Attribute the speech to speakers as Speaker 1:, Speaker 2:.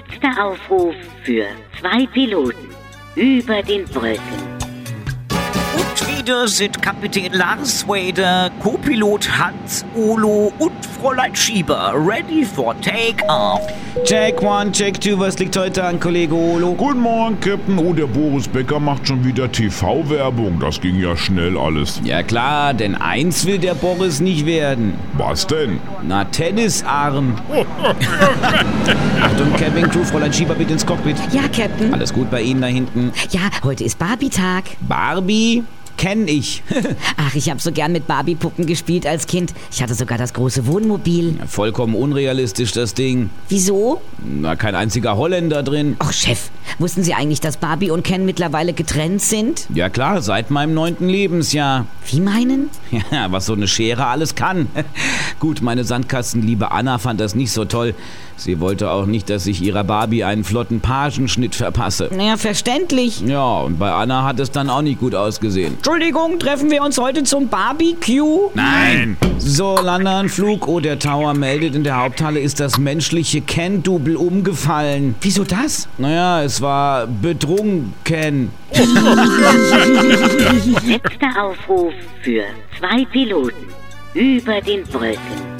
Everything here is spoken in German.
Speaker 1: Spendenaufruf für zwei Piloten über den Wolken.
Speaker 2: Und wieder sind Kapitän Lars Wader, Co-Pilot Hans Olo und Fräulein Schieber ready for Take-Off.
Speaker 3: Check one, check two, was liegt heute an, Kollege Olo?
Speaker 4: Guten Morgen, Captain. Oh, der Boris Becker macht schon wieder TV-Werbung. Das ging ja schnell alles.
Speaker 3: Ja klar, denn eins will der Boris nicht werden.
Speaker 4: Was denn?
Speaker 3: Na, Tennisarm. Achtung, Kevin Crew, Fräulein Schieber, bitte ins Cockpit.
Speaker 5: Ja, Captain.
Speaker 3: Alles gut bei Ihnen da hinten?
Speaker 5: Ja, heute ist Barbie-Tag.
Speaker 3: Barbie kenn ich.
Speaker 5: Ach, ich habe so gern mit Barbie-Puppen gespielt als Kind. Ich hatte sogar das große Wohnmobil.
Speaker 3: Vollkommen unrealistisch, das Ding.
Speaker 5: Wieso?
Speaker 3: Na, kein einziger Holländer drin.
Speaker 5: Och, Chef, wussten Sie eigentlich, dass Barbie und Ken mittlerweile getrennt sind?
Speaker 3: Ja klar, seit meinem neunten Lebensjahr.
Speaker 5: Wie meinen?
Speaker 3: Ja, was so eine Schere alles kann. Gut, meine Sandkastenliebe Anna fand das nicht so toll. Sie wollte auch nicht, dass ich ihrer Barbie einen flotten Pagenschnitt verpasse.
Speaker 5: Naja, verständlich.
Speaker 3: Ja, und bei Anna hat es dann auch nicht gut ausgesehen.
Speaker 5: Entschuldigung, treffen wir uns heute zum Barbecue?
Speaker 3: Nein! So, Landeanflug. Oh, der Tower meldet, in der Haupthalle ist das menschliche Ken-Double umgefallen.
Speaker 5: Wieso das?
Speaker 3: Naja, es war betrunken.
Speaker 1: Letzter Aufruf für zwei Piloten über den Wolken.